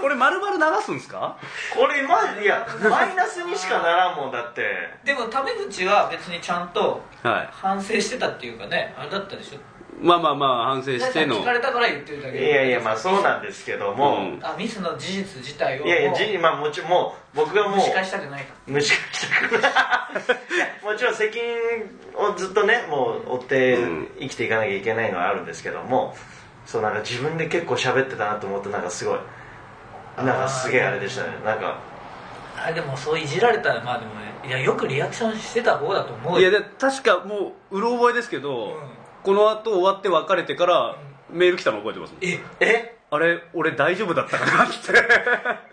S3: これ丸々流すんですか
S2: これマジいやマイナスにしかならんもんだって
S1: でもタメ口は別にちゃんと
S3: はい
S1: 反省してたっていうかねあれだったでしょ
S3: まあまあまあ反省しての
S1: 聞かれたから言ってるだけ
S2: いやいやまあそうなんですけども、
S3: うん
S1: あミスの事実自体を
S2: いやいやじまあもちろんもう僕がもう
S1: 蒸し返したくないと
S2: 蒸し返したくないいやもちろん責任をずっとねもう追って生きていかなきゃいけないのはあるんですけども、そうなんか自分で結構喋ってたなと思ってなんかすごいなんかすげえあれでしたねなんか
S1: あでもそういじられたらまあでもねいやよくリアクションしてた方だと思う
S3: いや
S1: よ
S3: で確かもううろ覚えですけど、この後終わって別れてからメール来たの覚えてますも ん
S1: え
S2: え
S3: あれ俺大丈夫だったかなって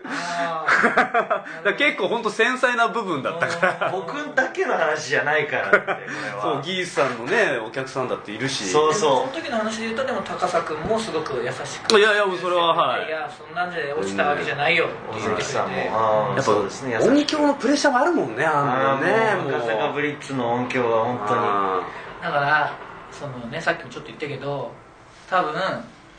S1: あ
S3: だから結構本当繊細な部分だったから
S2: 僕だけの話じゃないからってこれ
S3: そう
S2: は
S3: ギースさんのねお客さんだっているし
S1: ーで
S2: そう
S1: も
S2: そ
S1: その時の話で言うとでも高佐君もすごく優しく
S3: いやいやもうそれははい
S1: いやそんなんで落ちたわけじゃないよっ
S2: う
S1: て
S2: 尾
S1: 言って
S2: 崎
S1: く
S2: さんも
S1: れて
S2: あ
S3: や
S2: ー
S3: っ
S2: そうですね
S3: ぱ
S2: 優し
S3: 音
S2: い
S3: 響のプレッシャーもあるもんねあ
S2: あ
S3: んな
S2: ー
S3: の
S2: も
S3: ね
S2: う
S3: もう
S2: 赤坂ブリッツの音響は本当に
S1: だからそのねさっきもちょっと言ったけど多分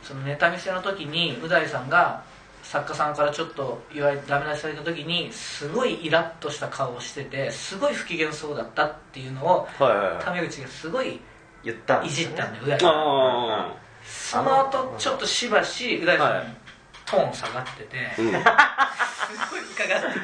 S1: そのネタ見せの時にう大さんが作家さんからちょっと言われダメ出しされた時にすごいイラッとした顔をしててすごい不機嫌そうだったっていうのを
S3: はいはいはい
S1: タメ口がすごい
S2: 言ったん
S1: い
S2: です
S1: じ
S2: よ
S1: っ
S2: ね
S1: たんでう大さん
S3: あ
S1: その後ちょっとしばしう大さん、
S3: はい
S1: トーン下がってて、 すごい伺って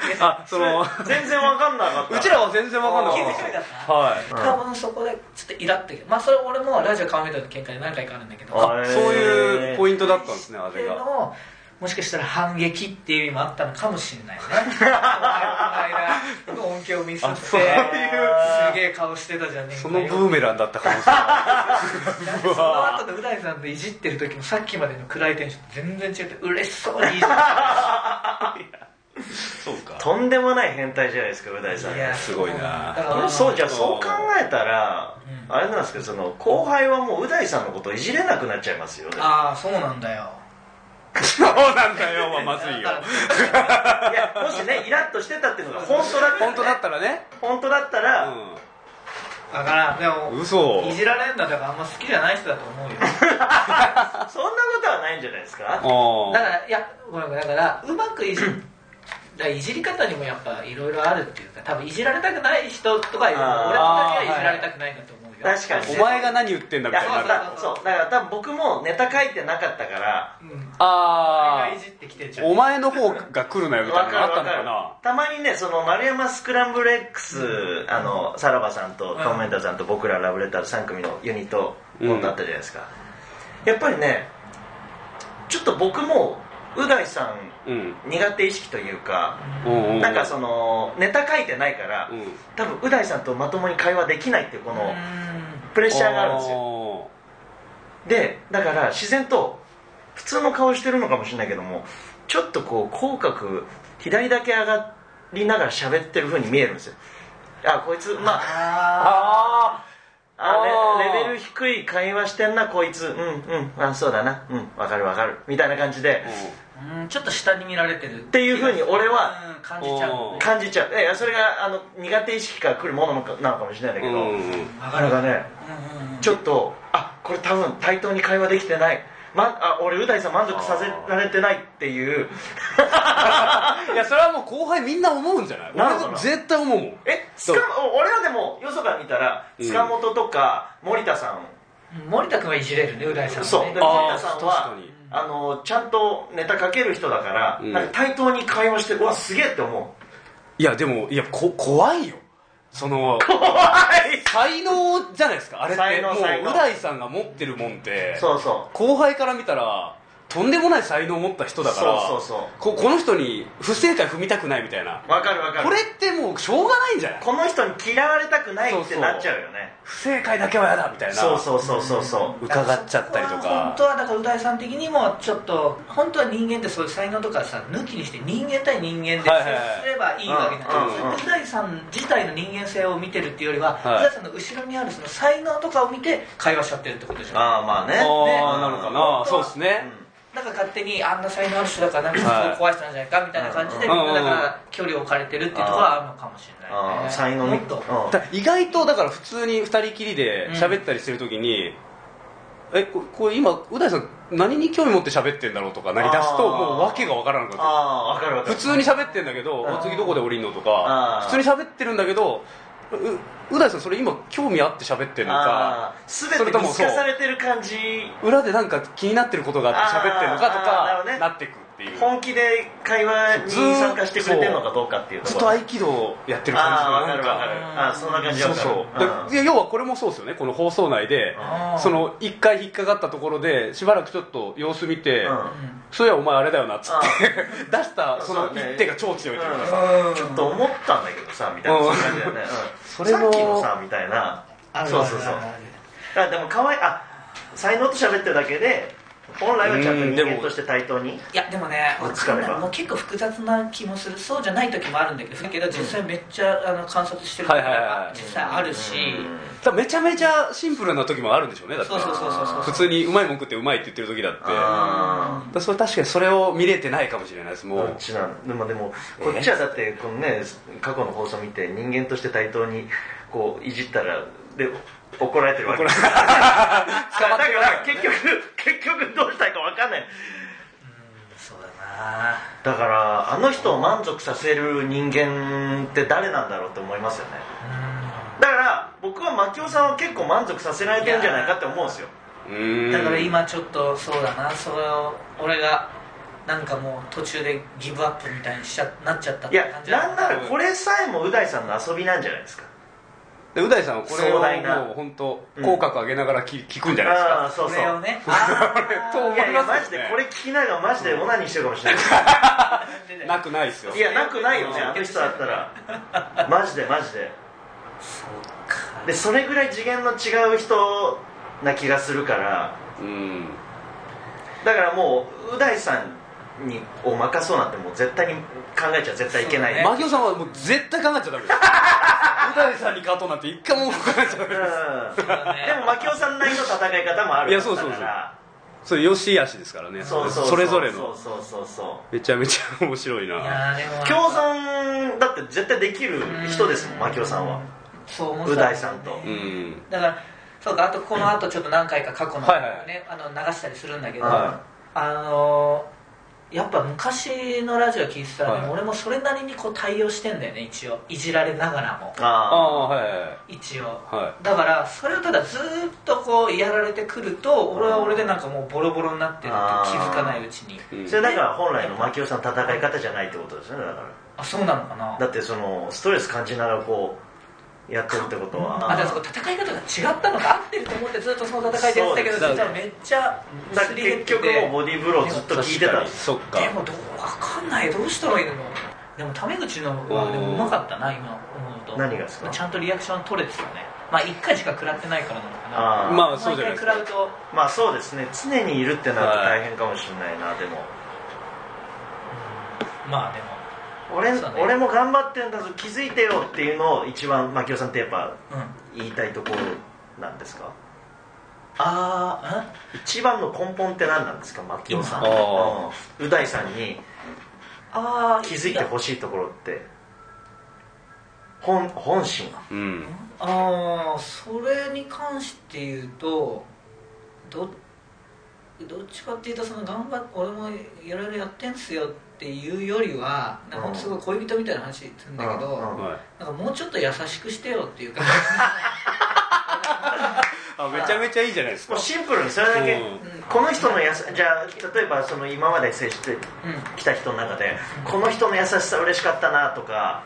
S1: て
S3: ーあそのう
S2: 全然わかんなかった
S3: ちらは全然わかんな
S1: 気
S3: か
S1: づ
S3: っ
S1: かなかった
S3: たはい
S1: 多分そこでちょっとイラってまあそれ俺もラジオ顔見たの喧嘩で何回かあるんだけど
S2: あ
S3: そういうポイントだったんですね
S1: っ
S3: あ
S1: ていう
S3: れ
S1: の
S3: が
S1: をもしかしたら反撃っていう意味もあったのかもしれ ないねこの間音響ミスって
S3: あ
S1: す
S3: そういう
S1: げえ顔してたじゃねえか
S3: そのブ
S1: よ
S3: ーメランだった可能性が
S1: だってその後でう大さんといじってる時もさっきまでの暗いテンションと全然違って嬉しそうにいじって
S3: そうか
S2: とんでもない変態じゃないですかう大さん
S1: たいや
S3: すごいな
S1: だから
S2: でもそうじゃあそう考えたら、あれなんですけどその後輩はもうう大さんのことをいじれなくなっちゃいますよね
S1: ああそうなんだよ
S3: そうなんだよはまずいよ
S2: いやもしねイラッとしてたっていうのが本当だったら
S3: 本当だったらね、
S2: 本当だったら、
S1: だからでも
S3: 嘘
S1: いじられるんだだからあんま好きじゃない人だと思うよ
S2: そんなことはないんじゃないですか
S3: あ
S1: だからいやごめんごめんだからうまくいじだからいじり方にもやっぱいろいろあるっていうか多分いじられたくない人とかいる
S2: あ
S1: 俺
S2: ー
S1: だけはいじられたくないんだと思うよ
S2: 確かに、
S3: お
S2: ね、
S3: 前が何言ってんだ
S2: い
S3: み
S2: や
S3: た
S2: そ
S3: いにな
S2: う
S3: る
S2: だそうだから多分僕もネタ書いてなかったから
S1: うん
S3: あ
S1: 俺がいじってきてちゃう
S3: お前の方が来るなよみたい
S2: わ
S3: な
S2: か
S3: のあ
S2: る
S3: った
S2: わか
S3: のか
S2: る
S3: な
S2: たまにねその丸山スクランブル X、あのさらばさんとカモメンターさんと僕らラブレターズ3組のユニット
S3: うん
S2: だったじゃないですか、やっぱりねちょっと僕もう大さん
S3: うん
S2: 苦手意識というか、
S3: うん
S2: なんかそのネタ書いてないから、多分う大さんとまともに会話できないっていうこのプレッシャーがあるんですよ
S3: よ
S2: でだから自然と普通の顔してるのかもしれないけどもちょっとこう口角左だけ上がりながら喋ってる風に見えるんですよあこいつまあああレレベル低い会話してんなこいつうんうんあそうだなうんわかるわかるみたいな感じで
S1: うんちょっと下に見られてるっ
S2: っていう風に俺は
S1: うん感じちゃう
S2: 感じちゃういやいやそれがあの苦手意識から来るものなのかなのかもしれないんだけど、なかなかね
S1: うんうんうん
S2: ちょっとあこれ多分対等に会話できてない、ま、あ俺う大さん満足させられてないっていう
S3: いやそれはもう後輩みんな思うんじゃない
S2: なる
S3: 俺
S2: ほど
S3: も絶対思うもん
S2: え
S3: そ
S2: 塚
S3: う
S2: 俺らでもよそから見たら
S3: うん
S2: 塚本とか森田さん、
S1: 森田君はいじれるねう大さんはね
S2: そうで
S3: あー
S2: 森田さん
S3: 確
S2: は
S3: かに
S2: あのちゃんとネタ書ける人だから、
S3: うん
S2: なんか対等に会話してうわすげえって思う
S3: いやでもいやこ怖いよその
S2: 怖い
S3: 才能じゃないですかあれっ
S2: 才
S3: て
S2: 能
S3: もう
S2: 才能
S3: う大さんが持ってるもんって
S2: そうそ
S3: 後輩から見たらとんでもない才能を持った人だから
S2: そうそうそう
S3: ここの人に不正解踏みたくないみたいな
S2: うわかるわかる
S3: これってもうしょうがないんじゃない
S2: この人に嫌われたくないってなっちゃうよね
S3: 不正解だけは嫌だみたいな
S2: そうそうそうそうそう
S3: 伺っちゃったりと
S1: 本
S3: か
S1: 当はだからう大さん的にもちょっと本当は人間ってそういう才能とかさ抜きにして人間対人間で接
S3: はいはいはい
S1: すればいいわけだ
S2: うんうんうん
S1: からう大さん自体の人間性を見てるっていうよりはう
S3: はい
S1: 大さんの後ろにあるその才能とかを見て会話しちゃってるってことでしょ
S2: ああまあね
S3: ああなのか
S2: うん
S3: なそうですね
S1: なんか勝手にあんな才能ある人だからなんかすごい怖い人なんじゃないかみたいな感じで
S3: う
S1: み
S3: ん
S1: んなだから距離を置かれてるっていうところはあるのかもしれない
S2: あ
S1: ね
S2: ー才能
S1: も
S2: に
S1: っと
S3: だから意外とだから普通に2人きりで喋ったりしてる時に、えここれ今う大さん何に興味持って喋ってんだろうとかなり出すと
S2: あー
S3: もう訳が分からなくなっ
S2: ああ分かる分
S3: て
S2: かる
S3: 普通に喋ってんだけどお次どこで降りんのと
S2: あ
S3: か
S2: ー
S3: 普通に喋ってるんだけどうう大さんそれ今興味あって喋ってんの
S2: あ
S3: か
S2: あ全て見透かされてる感じ
S3: 裏でなんか気になってることがあって喋ってんのかと
S2: あーなる
S3: か
S2: ほどね
S3: なってくっていう
S2: 本気で会話に参加してくれてるのかどうかっていうと
S3: ずっ
S2: ことろ
S3: 合気道やってる感じ
S2: ああ
S3: が
S2: 分か
S3: な
S2: る
S3: ん
S2: 分かるああそんな感じ
S3: そ
S2: 分
S3: う
S2: かる
S3: そうだからいや要はこれもそうですよねこの放送内で
S1: あー
S3: その一回引っかかったところでしばらくちょっと様子見て、
S2: うん
S3: そういやお前あれだよなっつって 出したその
S2: そうね
S3: 一手が超強いというか
S2: うんちょっと思ったんだけどさみたいな
S3: うん
S2: そういう感じだよね
S3: そ
S2: うん
S3: れ
S2: さ
S3: も
S2: っきのさみたいなそうそうそうあでも可愛いあ才能と喋ってるだけで本来はちゃんと人間として対等に
S1: いやでもね
S2: 追いつかれば
S1: もう結構複雑な気もするそうじゃない時もあるんだけどだけど実際めっちゃあの観察してるか
S3: はいはいは
S1: ら
S3: い
S1: 実際あるし
S3: だからめちゃめちゃシンプルな時もあるんでしょうねだって
S1: そうそうそうそうそう
S3: 普通にうまいもん食ってうまいって言ってる時だってだか
S2: あ
S3: らそれ確かにそれを見れてないかもしれないですも
S2: ど
S3: う
S2: っちなのでもでもこっちはだってこのね過去の放送見て人間として対等にこういじったらで怒られてるわけだ からだから結局 結局どうしたいか分かんない
S1: そうだな
S2: だからあの人を満足させる人間って誰なんだろうって思いますよねだから僕は牧雄さんは結構満足させられてるんじゃないかって思うんですよ
S3: うーん
S1: だから今ちょっとそうだなそれを俺がなんかもう途中でギブアップみたいにしちゃなっちゃったっ
S2: い
S1: て
S2: や
S1: 感じ
S2: なんならこれさえもう大さんの遊びなんじゃないですか
S3: でう大さんはこれ
S2: 壮大な
S3: をもう本当口角上げながらき聞くんじゃないですか、
S2: ああーそう
S1: こ
S2: そう
S1: れをね
S3: と思
S2: い
S3: い
S2: やいや
S3: ま
S2: マ
S3: す
S2: ジ
S3: け
S2: で
S3: どね
S2: これ聞きながらマジでオナニーしてるかもしれない
S3: なくないですよ
S2: いやなくないよねあの人だったら マジでマジででそれぐらい次元の違う人な気がするから
S3: うん
S2: だからもうう大さんにお任そうなんてもう絶対に考えちゃ絶対いけない
S1: そうだね
S3: マキオさんはもう絶対考えちゃダメですう大さんに勝とうなんて一回も考えちゃダメ
S2: うん
S3: です
S2: でも牧雄さんなりの戦い方もある
S3: いやそうそうそう
S2: だから
S3: それよし悪しですからね
S2: そうそうう
S3: れぞれの
S2: そうそうそうそう
S3: めちゃめちゃ面白い
S1: い
S3: な
S1: やーでも
S2: 共存だって絶対できる人ですもん牧雄さんは
S1: そう思った
S2: う大さんと
S3: うん
S1: だからそうかあとこの後ちょっと何回か過去のね、
S3: はいはい
S1: あの流したりするんだけど、
S2: は
S1: あのーやっぱ昔のラジオ聞いてたらね、
S3: はい
S1: 俺もそれなりにこう対応してんだよね一応いじられながらも
S3: あ
S2: あ
S3: あはいはいはい
S1: 一応、
S3: は
S1: だからそれをただずーっとこうやられてくると俺は俺でなんかもうボロボロになってるって気づかないうちに
S3: う
S2: あ
S3: ん
S2: それだから本来の牧雄さんの戦い方じゃないってことですよねだか
S1: あそうなのかな
S2: らだってそのストレス感じながらこうやってるってことは
S1: あでもそこ戦い方が違ったのか合ってると思ってずっとその戦いでやってたけど
S2: そうです
S1: 実はめっちゃ
S2: だ
S1: すり減っ
S2: 結
S1: てて
S2: 局もうボディーブローずっと聞いてたんです
S3: そっか
S1: でもどう分かんないどうしたらいいのでもタメ口のはでもうまかったな今思うと
S2: 何がですか
S1: ちゃんとリアクション取れてたねまあ1回しか食らってないからなのかな
S2: あー
S3: まあそうじゃない
S1: 毎回
S3: です
S1: 食
S3: から
S1: うと
S2: まあそうですね常にいるってなると大変かもしれないな、でも
S1: まあでも
S2: 俺,、
S1: そうだね
S2: 俺も頑張ってんだぞ気づいてよっていうのを一番牧野さんってやっぱ
S1: うん
S2: 言いたいところなんですか
S1: あ
S2: 一番の根本って何なんですか牧野さん
S1: 今
S2: うんう大さんに
S1: あああ
S2: 気づいてほしいところって本本心
S3: うん
S1: ああそれに関して言うとどどっちかっていうとその頑張っ俺もいろいろやってんすよっていうよりはなんかほんとすごい恋人みたいな話するんだけど、
S2: うんうん
S3: はい
S1: なんかもうちょっと優しくしてよっていうか
S3: あめちゃめちゃいいじゃないです
S2: も
S3: か
S2: うシンプルにそれだけ
S3: うん
S2: この人のやさじゃあ例えばその今まで接してきた人の中でこの人の優しさ嬉しかったなとか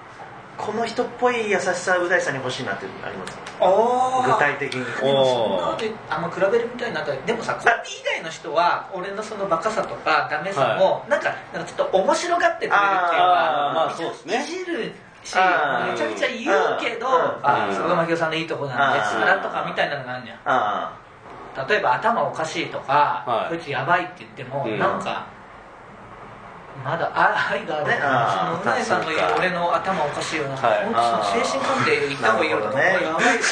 S2: この人っぽい優しさう大さんに欲しいなってあります
S1: お
S2: 具体的に
S1: そんなこと言ってあんま比べるみたいになったらでもさコピー以外の人は俺のそのバカさとかダメさも、なんかなんかちょっと面白がってくれるっていう
S3: ああま
S1: か
S3: あそうです
S1: い
S3: ね
S1: じるし
S2: あー
S1: めちゃくちゃ言うけど
S2: うんうん
S1: あそこが牧野さんのいいとこなんで
S2: あ
S1: す
S2: ー
S1: なとかみたいなのがあるじゃん
S2: あ
S1: 例えば頭おかしいとか、
S3: は
S1: こ
S3: い
S1: いつやばいって言っても、
S3: うん
S1: なんかまだあ愛がある、
S2: ね
S1: そ
S2: あー
S1: のうなえさんの言う
S2: そうか
S1: 俺の頭おかしいよな、
S3: はい
S1: 本当その精神鑑定行った方がいいよとか、
S2: な
S1: ね、
S2: る
S1: や
S2: ほどね
S1: ばいって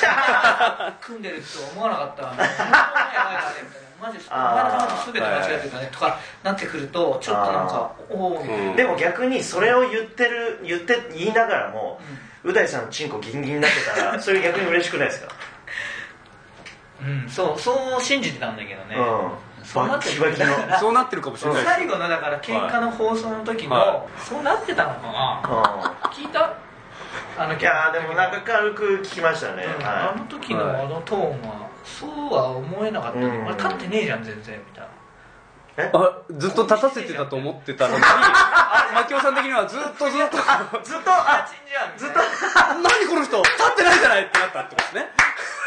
S1: 組んでると思わなかったわ、ね、本当にやばいわねみたいなマジでお前の考えと全て間違えてる からねとかなってくるとちょっとなんかおおみたいな、
S3: うん
S2: あでも逆にそれを言ってる言って言いながらもう大さんのチンコギンギンになって たらそれ逆に嬉しくないですか
S1: うん、そうそう信じてたんだけどね、
S2: うん
S1: そうな
S2: バ
S1: って
S2: キ
S1: く
S2: バ
S1: る
S2: キの
S1: だから
S3: そうなってるかもしれないです
S1: 最後のだから喧嘩の放送の時も、
S3: は
S1: そうなってたのかな、
S2: う
S1: 聞いたあの
S2: んいやーでもなんか軽く聞きましたね、
S1: うんあ
S2: は
S1: の時のあのトーンはそうは思えなかったね、
S2: うん
S1: 俺立ってねえじゃん全然みたいな
S3: あずっと立たせてたと思ってたのに牧雄さん的にはずっ
S2: い、
S3: とずっと
S2: ずっとあ
S1: チンじゃんずっと
S3: 何この人立ってないじゃないってなったってことですね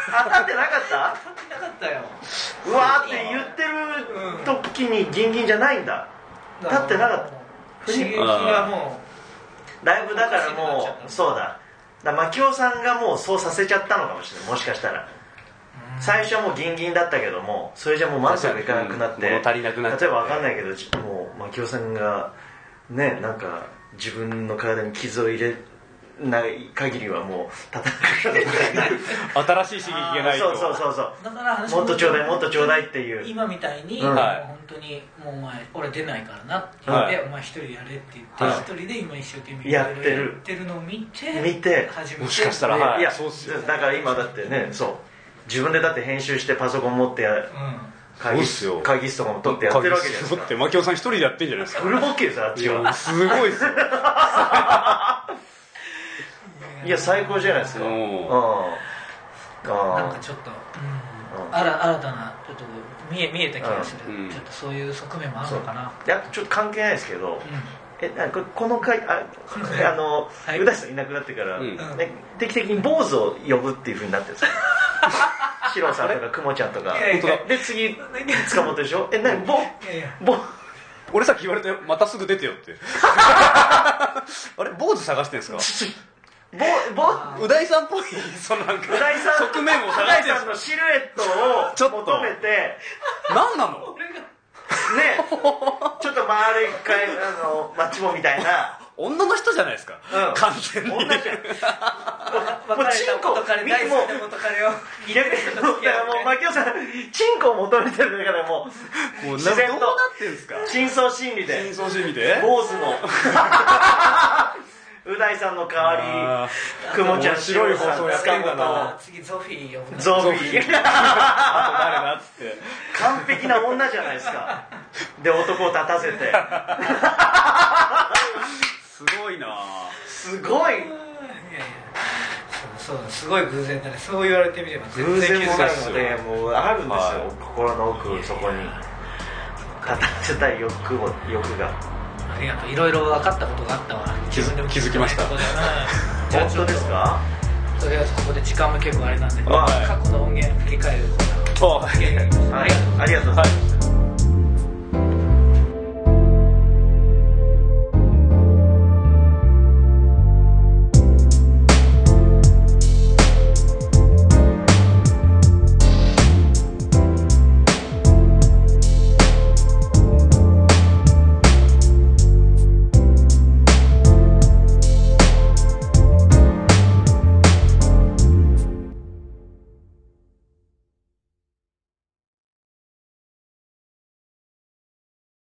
S2: 当たってなかっ
S1: 立
S2: た
S1: ってなかったよ
S2: うわーって言ってる時にギンギンじゃないんだ 立ってなかった
S1: 不思議がも
S2: ライブだからもうそうだだから牧雄さんがもうそうさせちゃったのかもしれないもしかしたら最初はもうギンギンだったけどもそれじゃもう満足いかなくなって
S3: うん物足りなくなっちゃって
S2: 例えばわかんないけどじもう牧雄さんがねなんか自分の体に傷を入れない限りはもう立たなくなる
S3: 新しい刺激がないと
S2: そうそうそうそう
S1: うだから話
S2: もっとちょうだいもっとちょうだいっていう
S1: 今みたいに、
S2: うん
S1: もう
S3: はい
S1: 本当にもうお前俺出ないからなって言って、
S3: は
S1: お
S3: い
S1: 前一人やれって言って一、
S3: はい
S1: 人で今一生懸命
S2: やってる
S1: いろいろやってるのを見て
S2: 見て
S1: 初めて
S3: もしかしたらはい
S2: いや
S3: そうっすよ
S2: だから今だってねそう自分でだって編集してパソコン持ってや
S1: う
S2: 会議
S3: そうっすよ
S2: 室会議室とかも取ってやってるわけじゃないです
S3: だ
S2: か
S3: って牧雄さん一人でやってんじゃないですか
S2: フルボッケですよあっ
S3: い
S2: ちは
S3: やすごいっすよ
S2: いや最高じゃないですか
S3: う
S2: うんあ
S3: ん
S1: ん、なんか
S2: あ
S1: ちょっと、
S2: うん
S1: あら新たなちょっと見え見えた気がする、
S3: うん
S1: ちょっとそういう側面もあるのかな、
S2: いやちょっと関係ないですけど
S1: うん
S2: えなんかこの回ああの
S1: いう
S2: だしさんいなくなってから
S3: うん
S2: ね定期的に坊主を呼ぶっていうふうになってるんですよシロさんとかクモちゃんとか
S1: やいや
S2: で次塚本でしょえなにぼ
S1: いやいや
S2: ぼ
S3: 俺さっき言われたよまたすぐ出てよって あれ坊主探してんですか
S2: ぼぼ
S3: う大さんっぽいそのなんか
S2: う大さん
S3: 側面を
S2: う
S3: 探
S2: 大
S3: してる
S2: さ
S3: んです
S2: ん
S3: か
S2: のシルエッ
S3: ちょ
S2: ト
S3: っと
S2: を求めて
S3: 何なの
S2: ねちょっと丸い回あのマッチ棒みたいな
S3: 女の人じゃないですか、
S2: うん
S3: 完全に
S2: 女 じゃん
S1: 別
S2: もう
S1: れ
S2: チ
S1: た
S2: ンコ
S1: 元彼
S2: み
S1: 大好きな
S2: もう
S1: 元彼を
S2: 逆にもうだからもう槙尾さんチンコを求めてるからもう
S3: もうな
S2: 自然
S3: どうな
S2: と
S3: ってんですか
S2: 深層心理で
S3: 真相心理で
S2: 坊主の う大さんの代わ
S3: あ
S2: りくもちゃん
S3: 面白い放
S2: シロさ
S3: 送
S2: ん
S3: やってんだ
S2: 塚
S3: な
S1: 次ゾフィー呼ぶ
S2: 本
S1: な
S2: ゾ
S3: ゾ
S2: ウ
S3: フ
S2: ビ
S3: ィ
S2: ー
S3: ーあと誰だっつって
S2: 完璧な女じゃないですかで男を立たせ て
S3: すごいなぁ
S2: すごい
S1: いやいやそうそうすごい偶然だねそう言われてみれば全
S2: 偶然
S1: 気
S2: も
S1: づか
S2: な
S1: ない
S2: のでもうあるんですよ、
S3: は
S2: 心の奥そこに立たせたい欲を欲が
S1: ありがとういろいろ分かったことがあったわ
S3: 気
S1: 自
S3: づ
S1: 分でも
S3: 気づきました
S1: うんじゃあ
S2: 本
S1: ちょ
S2: 当
S1: っと
S2: ですか
S1: とりあえずここで時間も結構あれなんで
S2: はい
S1: 過去の音源振り返る
S3: あはい
S1: ありがとうございます
S2: はいありがとうございます、